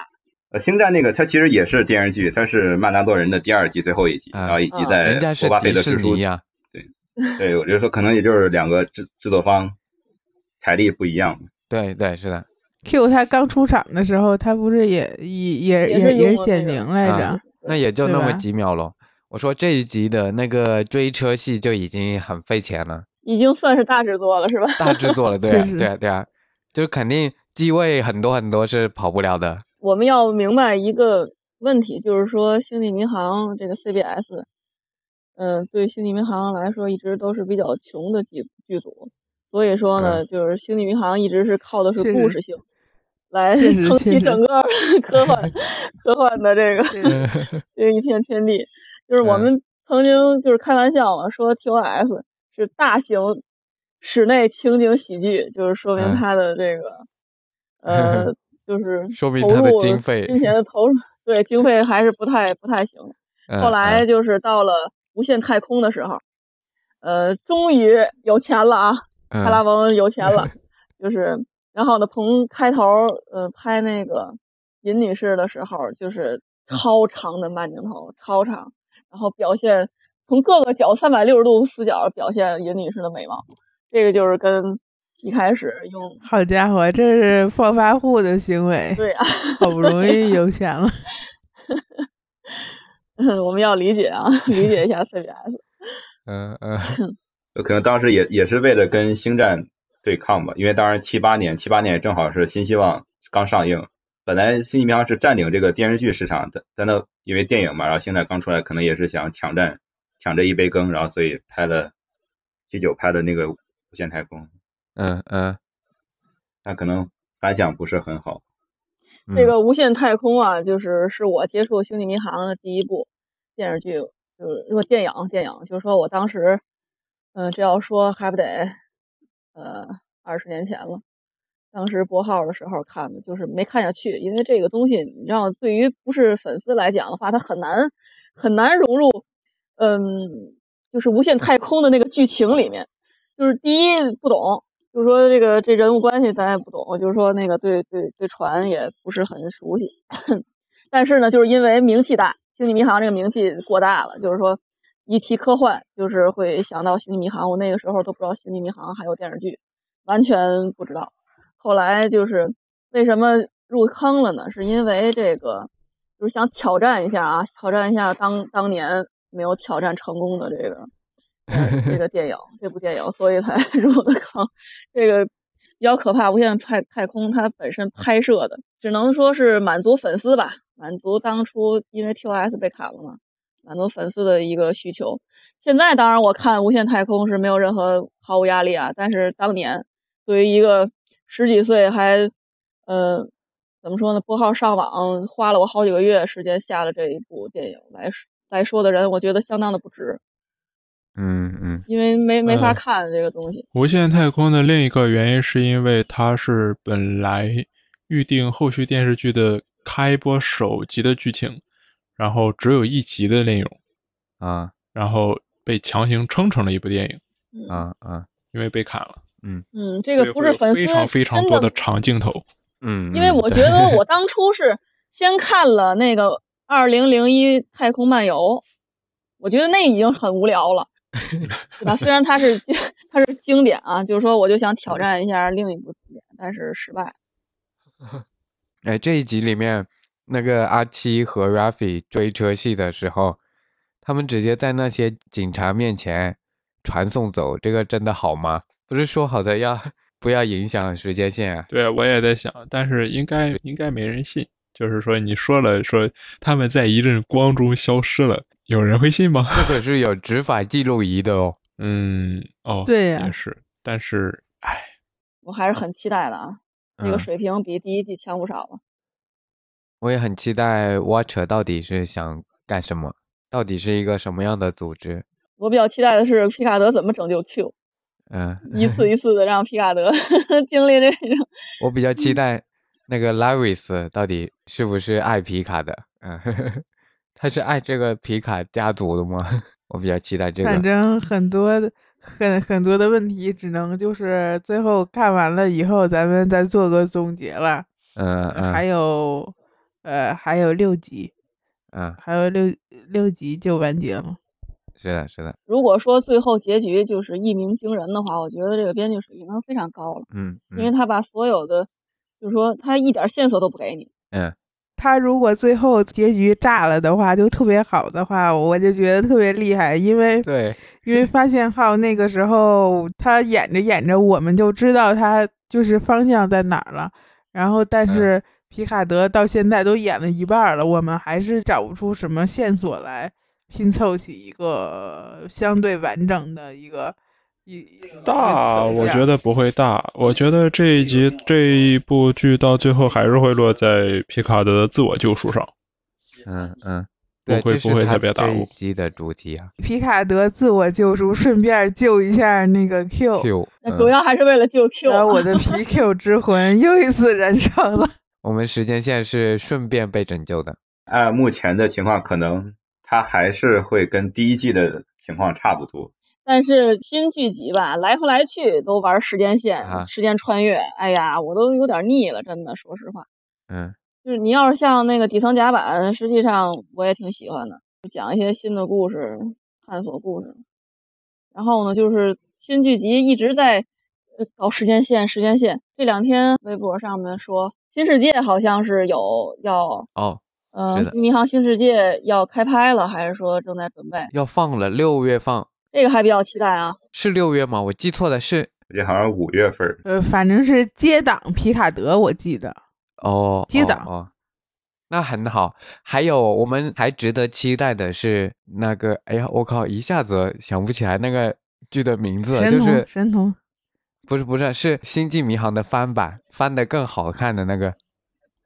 呃，星战那个它其实也是电视剧，它是《曼达洛人》的第二季最后一集，
啊
然后以及
啊
在
人家是
博巴
迪
菲特
士
之书
尼。呀，
对，我就说可能也就是两个制制作方财力不一样。
对对是
嗯
的，
Q 他刚出场的时候，他不是也也也
也
也
是
也
用
是
过
显
那个
灵来着？
啊那也就
对
那么
吧
几秒咯。我说这一集的那个追车戏就已经很费钱了，
已经算是大制作了，是吧？
大制作了，对
确
*laughs*
啊
实
对啊对啊，就是肯定机位很多很多是跑不了的，
我们要明白一个问题，就是说《星际迷航》这个 CBS，嗯、对《星际迷航》来说一直都是比较穷的剧剧组，所以说呢，就是《星际迷航》一直是靠的
确
是
嗯实
故事性来
确实确
撑起
实
整个 *laughs*
*laughs*
科幻科幻的这个
对
这一片天地。就是我
嗯
们曾经就是开玩笑嘛，说 TOS 是大型室内情景喜剧，就是说明
嗯
它的这个、
*laughs*
呃就是
说明
投
它的
入
经费
金钱的投入，对经费还是不太不太行。
嗯
后来
嗯
就是到了无限太空的时候，呃，终于有钱了啊，
嗯
派拉蒙有钱了，就是然后呢，从开头呃拍那个尹女士的时候，就是超长的慢镜头，超长，然后表现从各个角三百六十度死角表现尹女士的美貌，这个就是跟一开始用。
*laughs* 好家伙，这是暴发户的行为，
对啊， *laughs*
好不容易有
*laughs*
钱了。
嗯我们要理解啊，理解一下 CBS。
嗯嗯，
有可能当时也也是为了跟星战对抗吧，因为当时七八年，七八年正好是新希望刚上映，本来新希望是占领这个电视剧市场的，但那因为电影嘛，然后星战刚出来，可能也是想抢占抢这一杯羹，然后所以拍了第九拍的那个《无限太空》，
嗯
*laughs*
嗯，
但可能反响不是很好。
嗯
这个《无限太空》啊，就是是我接触《星际迷航》的第一部电视剧，就是说电影，电影，就是说我当时，嗯、这要说还不得，呃，二十年前了。当时拨号的时候看的，就是没看下去，因为这个东西，你知道，对于不是粉丝来讲的话，它很难很难融入，嗯，就是《无限太空》的那个剧情里面。就是第一不懂，就是说这个这人物关系咱也不懂，就是说那个对对对船也不是很熟悉， *laughs* 但是呢，就是因为名气大，《星际迷航》这个名气过大了，就是说一提科幻，就是会想到《星际迷航》。我那个时候都不知道《星际迷航》还有电视剧，完全不知道。后来就是为什么入坑了呢？是因为这个，就是想挑战一下啊，挑战一下当当年没有挑战成功的这个、呃这个电影，这部电影，所以才 *laughs* 入的坑。这个比较可怕，无限太太空它本身拍摄的，只能说是满足粉丝吧，满足当初因为 TOS 被砍了嘛，满足粉丝的一个需求。现在当然我看《无限太空》是没有任何毫无压力啊，但是当年对于一个十几岁还，呃，怎么说呢？拨号上网花了我好几个月时间下了这一部电影来说来说的人，我觉得相当的不值，
嗯嗯，
因为没没法
嗯
看这个东西。
无限太空的另一个原因是因为它是本来预定后续电视剧的开播首集的剧情，然后只有一集的内容，
啊
然后被强行撑成了一部电影，
啊啊，
因为被砍了。
嗯，这个
所以
不
会
是
有
粉丝
非常非常
真
多
的
的长镜头。
嗯，
因为
嗯
我觉
对
得
*laughs*
我当初是先看了那个《二零零一太空漫游》，我觉得那已经很无聊了，对吧？虽然它是它是经 *laughs* 典啊，就是说我就想挑战一下另一部经典，但是失败了。
哎，这一集里面那个阿七和 Rafi 追车戏的时候，他们直接在那些警察面前传送走，这个真的好吗？不是说好的要不要影响时间线啊？
对，我也在想，但是应该应该没人信。就是说，你说了说他们在一阵光中消失了，有人会信吗？
这可是有执法记录仪的哦。
*laughs* 嗯，哦，
对呀
也是，但是，哎，
我还是很期待的啊，这个
嗯，
水平比第一季强不少了。
我也很期待 Watcher 到底是想干什么，到底是一个什么样的组织？
我比较期待的是皮卡德怎么拯救 Q，
嗯，
一次一次的让皮卡德 *laughs* 经历这种。
我比较
嗯
期待那个 Laris 到底是不是爱皮卡的？嗯， *laughs* 他是爱这个皮卡家族的吗？ *laughs* 我比较期待这
反
个。
正很多的很很多的问题，只能就是最后看完了以后，咱们再做个总结了。
嗯嗯
还有，呃，还有六集，
嗯，
还有六六集就完结了。
是的，是的，
如果说最后结局就是一鸣惊人的话，我觉得这个编剧水平非常高了。
嗯
因为
嗯
他把所有的，就是说他一点线索都不给你。
嗯
他如果最后结局炸了的话，就特别好的话，我就觉得特别厉害，因为
对，
因为发现号那个时候他演着演着，我们就知道他就是方向在哪儿了。然后，但是皮卡德到现在都演了一半了，我们还是找不出什么线索来拼凑起一个相对完整的一个一哎一个
大，
走向
我觉得不会大。我觉得这一集这一部剧到最后还是会落在皮卡德的自我救赎上。
嗯嗯，
不
对，
会
这
不会
是
特
他
别大
这
我
一期的主题啊。
皮卡德自我救赎，顺便救一下那个 Q，
Q，
那主
嗯，
要还是为了救 Q
然
啊。
后我的皮 Q 之魂又一次燃烧了。
我们时间线是顺便被拯救的。
按目前的情况，可能它还是会跟第一季的情况差不多。
但是新剧集吧，来回来去都玩时间线、
啊
时间穿越，哎呀，我都有点腻了，真的，说实话。
嗯
就是你要是像那个底层甲板，实际上我也挺喜欢的，讲一些新的故事，探索故事。然后呢，就是新剧集一直在就搞时间线，时间线。这两天微博上面说，新世界好像是有要，
哦，
呃
是的，
迷航新世界要开拍了，还是说正在准备？
要放了，六月放
这个还比较期待啊。
是六月吗？我记错了，是
我记得好像五月份儿，
呃，反正是接档皮卡德，我记得
哦，
接
哦
档
哦那很好。还有，我们还值得期待的是那个，哎呀，我靠，一下子想不起来那个剧的名字了，就
神童、
是
神童，
不是不是是《星际迷航》的翻版，翻的更好看的那个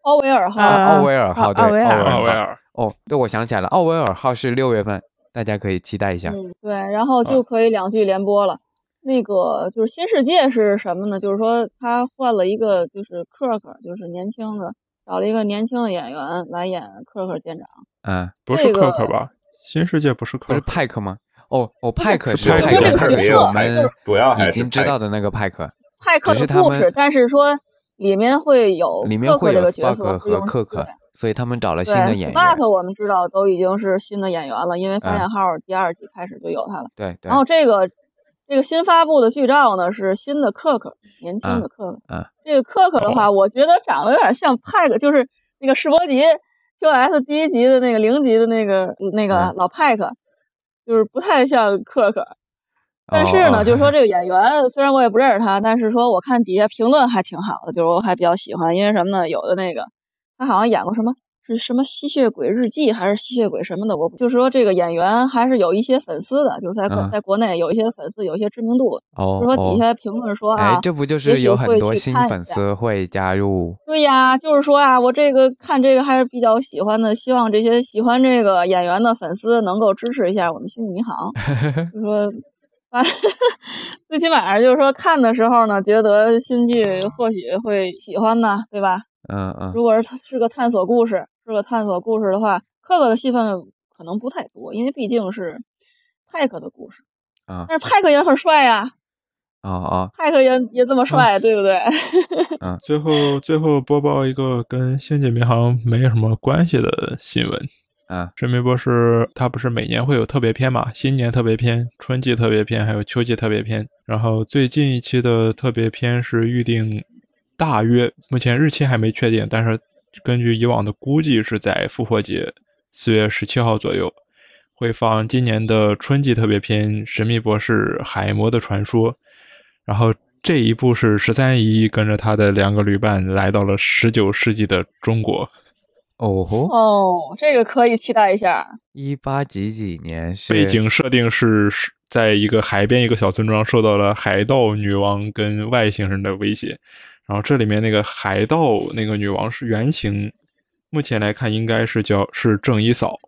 奥维尔号、
啊
奥维尔
啊
号，对，
奥维尔
奥维
维
尔，
哦，对，我想起来了，奥维尔号是六月份，大家可以期待一下。
嗯，对，然后就可以两剧联播了。那个就是新世界是什么呢？就是说他换了一个，就是克克，就是年轻的，找了一个年轻的演员来演克克舰长。
嗯，
不是
这
克
个
克吧？新世界不是
不
克
是
克，
派克吗？哦哦，派克
是
是
派克
派克，
是
派克
派
是
克
我们
主要还
已
是
经知道的那个派克。
派克
只是
的
他
故
们
事，但是说里面会有
里面
克克
会有
这个角
Spock
色
和
克
克克，所以他们找了新的
对
演员。
，Spock 我们知道都已经是新的演员了，因为发
嗯
现号第二季开始就有他了。
对对
然，后这个这个新发布的剧照呢是新的克克，年轻的克克。
嗯
这个克克的话，我觉得长得有点像派克，就是那个世博级 QS 第一集的那个零级的那个那个
嗯
老派克，就是不太像克克。但
哦
是呢，
哦
就是说这个演员，虽然我也不认识他，但是说我看底下评论还挺好的，就是我还比较喜欢，因为什么呢？有的那个他好像演过什么是什么《吸血鬼日记》还是《吸血鬼》什么的，我就是说这个演员还是有一些粉丝的，就是在国、
嗯
在国内有一些粉丝，有一些知名度，
*laughs* 哦
就是说底
哦，
下评论说啊，
哎，这不就
也
是
许
有
会
很多
去
新
看一
粉
下
丝会加入？
对呀，就是说啊，我这个看这个还是比较喜欢的，希望这些喜欢这个演员的粉丝能够支持一下我们星际迷
*laughs*
航。就说，啊，最起码就是说看的时候呢，觉得新剧或许会喜欢呢，对吧？
嗯嗯
如果是是个探索故事，是个探索故事的话，克克的戏份可能不太多，因为毕竟是派克的故事。
啊
但是派克也很帅呀、
哦哦，
派克也也这么帅，对不对？ *laughs*
最后最后播报一个跟星际迷航没什么关系的新闻。
嗯
这微博是它不是每年会有特别篇嘛？新年特别篇、春季特别篇，还有秋季特别篇。然后最近一期的特别篇是预定，大约目前日期还没确定，但是根据以往的估计是在复活节四月十七号左右会放今年的春季特别篇《神秘博士：海魔的传说》。然后这一部是十三姨跟着他的两个旅伴来到了十九世纪的中国，
哦吼，
哦，这个可以期待一下。
一八几几年是
背景设定是是在一个海边一个小村庄受到了海盗女王跟外星人的威胁，然后这里面那个海盗那个女王是原型，目前来看应该是叫是正一嫂，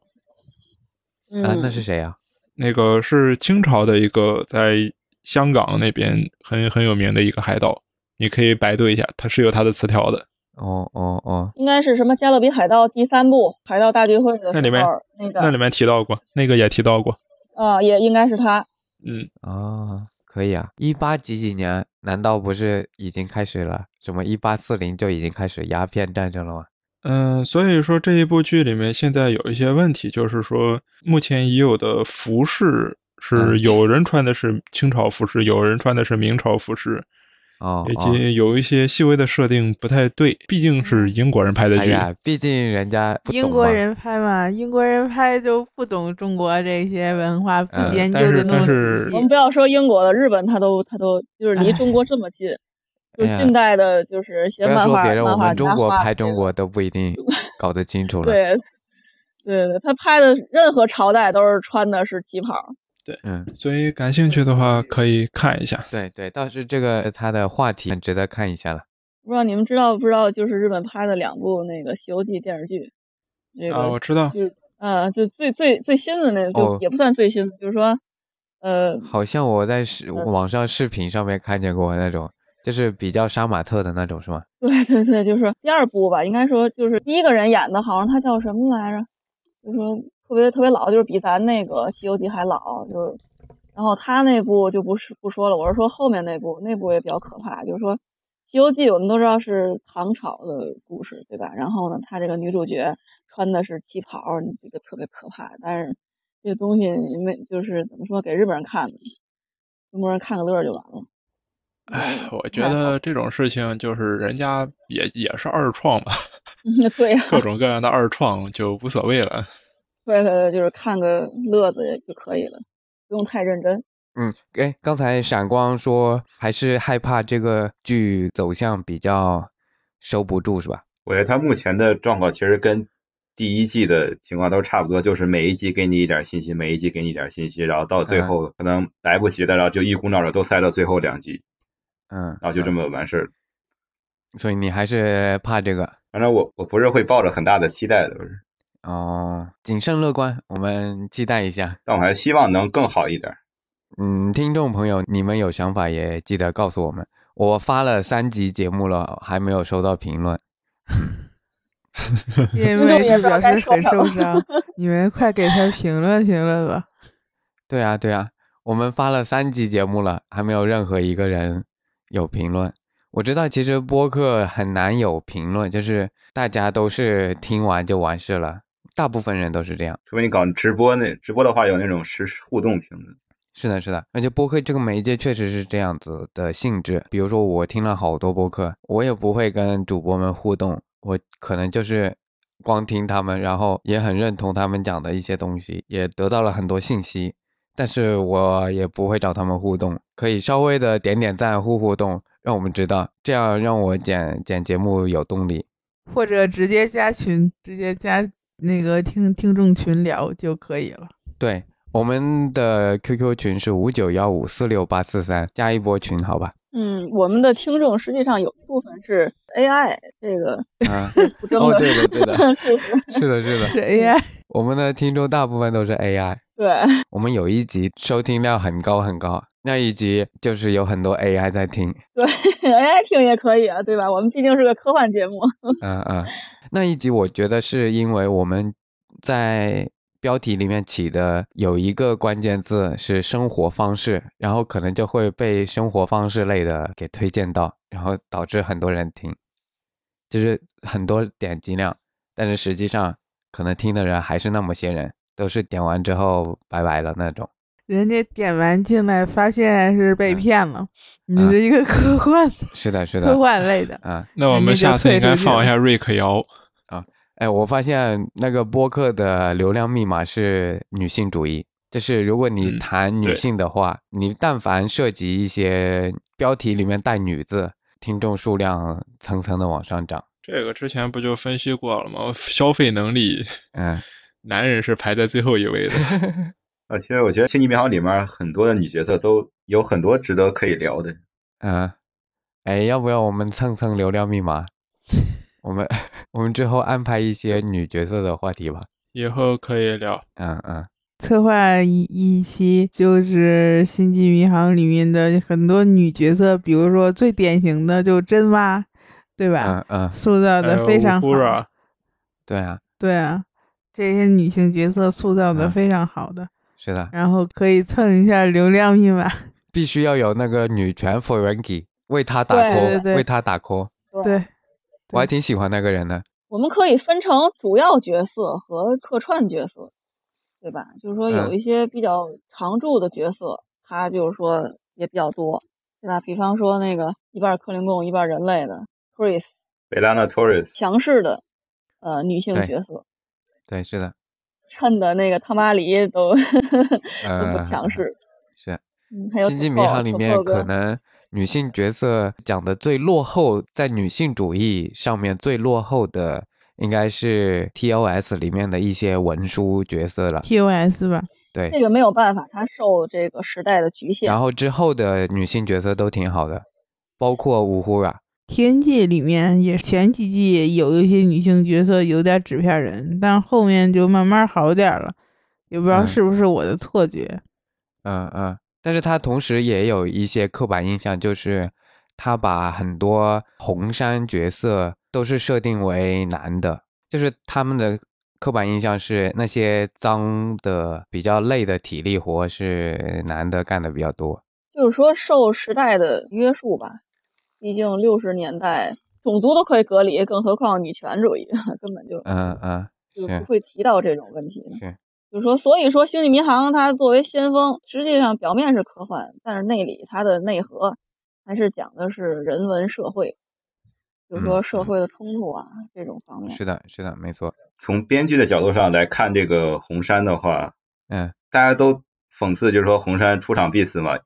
嗯，
啊，那是谁呀？
那个是清朝的一个在香港那边很很有名的一个海盗，你可以百度一下，它是有它的词条的。
哦哦哦，
应该是什么《加勒比海盗》第三部《海盗大聚会》的时候，
那里面
那
那里
个
面提到过，那个也提到过，
啊、也应该是他。
嗯，
啊，可以啊，一八几几年？难道不是已经开始了？什么一八四零就已经开始鸦片战争了吗？
嗯，所以说这一部剧里面现在有一些问题，就是说目前已有的服饰是
嗯
有人穿的是清朝服饰，有人穿的是明朝服饰，
哦
以
哦，
及有一些细微的设定不太对，毕竟是英国人拍的
哎
剧。
呀，毕竟人家不
英
懂
国
嘛
人拍嘛，英国人拍就不懂中国这些文化，不
嗯
研究
但是
的那么
但是
仔
我们
细。 *laughs*
不要说英国了，日本他都他都就是离
哎
中国这么近，就
哎
是
呀
近代的，就是写
不要
漫
说
画
别人，我
漫画
们中国
家画
拍
这
中
个
国都不一定搞得清楚了。
对。对对，他拍的任何朝代都是穿的是旗袍，
嗯，
所以感兴趣的话可以看一下。
对对，倒是这个它的话题很值得看一下了。
不知道你们知道不知道？就是日本拍的两部那个《西游记》电视剧，那
啊，
个
我知道，
就呃，就最最最新的那就、
哦
也不算最新，就是说，呃，
好像我在
嗯
视网上视频上面看见过那种，就是比较杀马特的那种，是吗？
*laughs* 对对对，就是第二部吧，应该说就是第一个人演的，好像他叫什么来着？就说特别特别老，就是比咱那个《西游记》还老，就是。然后他那部就不是不说了，我是说后面那部，那部也比较可怕。就是说，《西游记》我们都知道是唐朝的故事，对吧？然后呢，他这个女主角穿的是旗袍，这个特别可怕。但是这个东西没就是怎么说，给日本人看的，中国人看个乐儿就完了。 *laughs*
哎，我觉得这种事情就是人家也也是二创嘛，
对呀、
各种各样的二创就无所谓了。
对对，就是看个乐子就可以了，不用太认真。
嗯，哎，刚才闪光说还是害怕这个剧走向比较收不住，是吧？
我觉得它目前的状况其实跟第一季的情况都差不多，就是每一集给你一点信息，每一集给你一点信息，然后到最后可能来不及的，然后就一股脑的都塞到最后两集，
嗯，
啊然后就这么完事儿。
所以你还是怕这个
反正我我不是会抱着很大的期待的，
哦，谨慎乐观，我们期待一下。
但我还希望能更好一点。
嗯，听众朋友，你们有想法也记得告诉我们。我发了三集节目了，还没有收到评论。
因为是表示很受伤，你们快给他评论评论吧。
对啊，对啊，我们发了三集节目了，还没有任何一个人有评论。我知道，其实播客很难有评论，就是大家都是听完就完事了，大部分人都是这样。
除非你搞直播那直播的话，有那种实时互动评论。
是的，是的，而且播客这个媒介确实是这样子的性质。比如说，我听了好多播客，我也不会跟主播们互动，我可能就是光听他们，然后也很认同他们讲的一些东西，也得到了很多信息，但是我也不会找他们互动，可以稍微的点点赞、互互动，让我们知道，这样让我剪剪节目有动力。
或者直接加群，直接加那个听听众群聊就可以了。
对，我们的 QQ 群是五九幺五四六八四三，加一波群，好吧？
嗯，我们的听众实际上有部分是 AI 这个
啊，
不争
*laughs* 哦，
的
对
事，
的，对
*laughs*
的，
是不是？
是的，是的，
是 AI，
我们的听众大部分都是 AI。
对， *laughs*
我们有一集收听量很高很高，那一集就是有很多 AI 在听，
AI 听也可以啊，对吧？我们毕竟是个科幻节目，
嗯嗯，那一集我觉得是因为我们在标题里面起的有一个关键字是生活方式，然后可能就会被生活方式类的给推荐到，然后导致很多人听，就是很多点击量，但是实际上可能听的人还是那么些人，都是点完之后拜拜了那种。
人家点完进来发现是被骗了，你
嗯
是一个科幻
是的，是的
科，
*laughs*
幻类的，
啊、
那我
人家哎就
们下次
退
应该
出去
放一
了
下瑞克摇，
哎，我发现那个播客的流量密码是女性主义，就是如果你
嗯
谈女
对
性的话，你但凡涉及一些标题里面带“女”字，听众数量蹭蹭的往上涨。
这个之前不就分析过了吗？消费能力，
嗯，
男人是排在最后一位的。
而且呃我觉得《星际迷航》里面很多的女角色都有很多值得可以聊的。
嗯，哎，要不要我们蹭蹭流量密码？我们我们之后安排一些女角色的话题吧。
以后可以聊，
嗯嗯，
策划一一期就是《星际迷航》里面的很多女角色，比如说最典型的就真妈，对吧？
嗯嗯，
塑造
还
的
有
非常好，
乌拉
对啊，
对啊，这些女性角色塑造的
嗯
非常好的，
是的，
然后可以蹭一下流量密码，
必须要有那个女权 f o r e n g i 为她打
对
call，
对对
为她打 call，
对，
我还挺喜欢那个人的。
我们可以分成主要角色和客串角色，对吧？就是说有
嗯
一些比较常驻的角色，他就是说也比较多，对吧？比方说那个一半克林贡一半人类的 Chris
贝拉娜·托瑞斯，
强势的呃女性
对
角色，
对，是的，
衬的那个汤巴里都 *laughs* 都不
呃
强势。
是。
嗯，还有
《星际迷航》里面可
Topog
能女性角色讲的最落后，在女性主义上面最落后的，应该是 TOS 里面的一些文书角色了。
TOS 吧，
这
对，
个没有办法，它受这个时代的局限。
然后之后的女性角色都挺好的，包括乌呼啦。
天界里面也前几季也有一些女性角色有点纸片人，但后面就慢慢好点儿了，也不知道
嗯
是不是我的错觉。
嗯嗯，但是他同时也有一些刻板印象，就是他把很多红衫角色都是设定为男的，就是他们的刻板印象是那些脏的、比较累的体力活是男的干的比较多。
就是说受时代的约束吧，毕竟六十年代种族都可以隔离，更何况女权主义， *laughs* 根本就
嗯嗯，
就是不会提到这种问题。
是，
就是说，所以说《星际迷航》它作为先锋，实际上表面是科幻，但是内里它的内核还是讲的是人文社会，比如说社会的冲突啊、这种方
哦
面。
是的，是的，没错。
从编剧的角度上来看这个红杉的话，
嗯，
大家都讽刺就是说红杉出场必死嘛，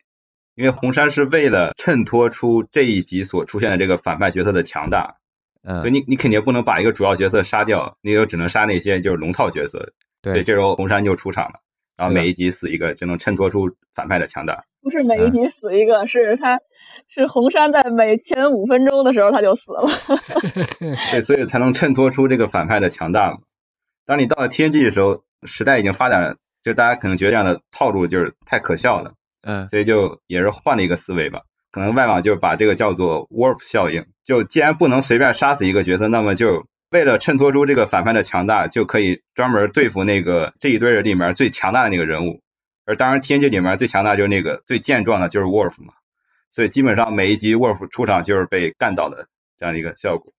因为红杉是为了衬托出这一集所出现的这个反派角色的强大，
嗯，
所以你你肯定不能把一个主要角色杀掉，你就只能杀那些就是龙套角色，所
对
以这时候红杉就出场了，然后
是的
每一集死一个，就能衬托出反派的强大。
不是每一集死一个，是他是红杉在每前五分钟的时候他就死了。
对，所以才能衬托出这个反派的强大嘛。当你到了 TNG 的时候，时代已经发展了，就大家可能觉得这样的套路就是太可笑了，
嗯
所以就也是换了一个思维吧。可能外网就把这个叫做 Worf 效应，就既然不能随便杀死一个角色，那么就为了衬托出这个反派的强大，就可以专门对付那个这一堆人里面最强大的那个人物。而当然，TNG 里面最强大就是那个最健壮的，就是 Worf 嘛。所以基本上每一集 Worf 出场就是被干倒的这样的一个效果。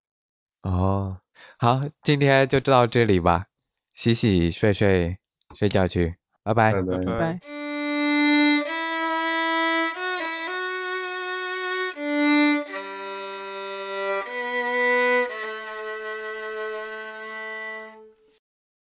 哦，好，今天就到这里吧，洗洗睡睡，睡觉去，拜拜
拜拜
拜。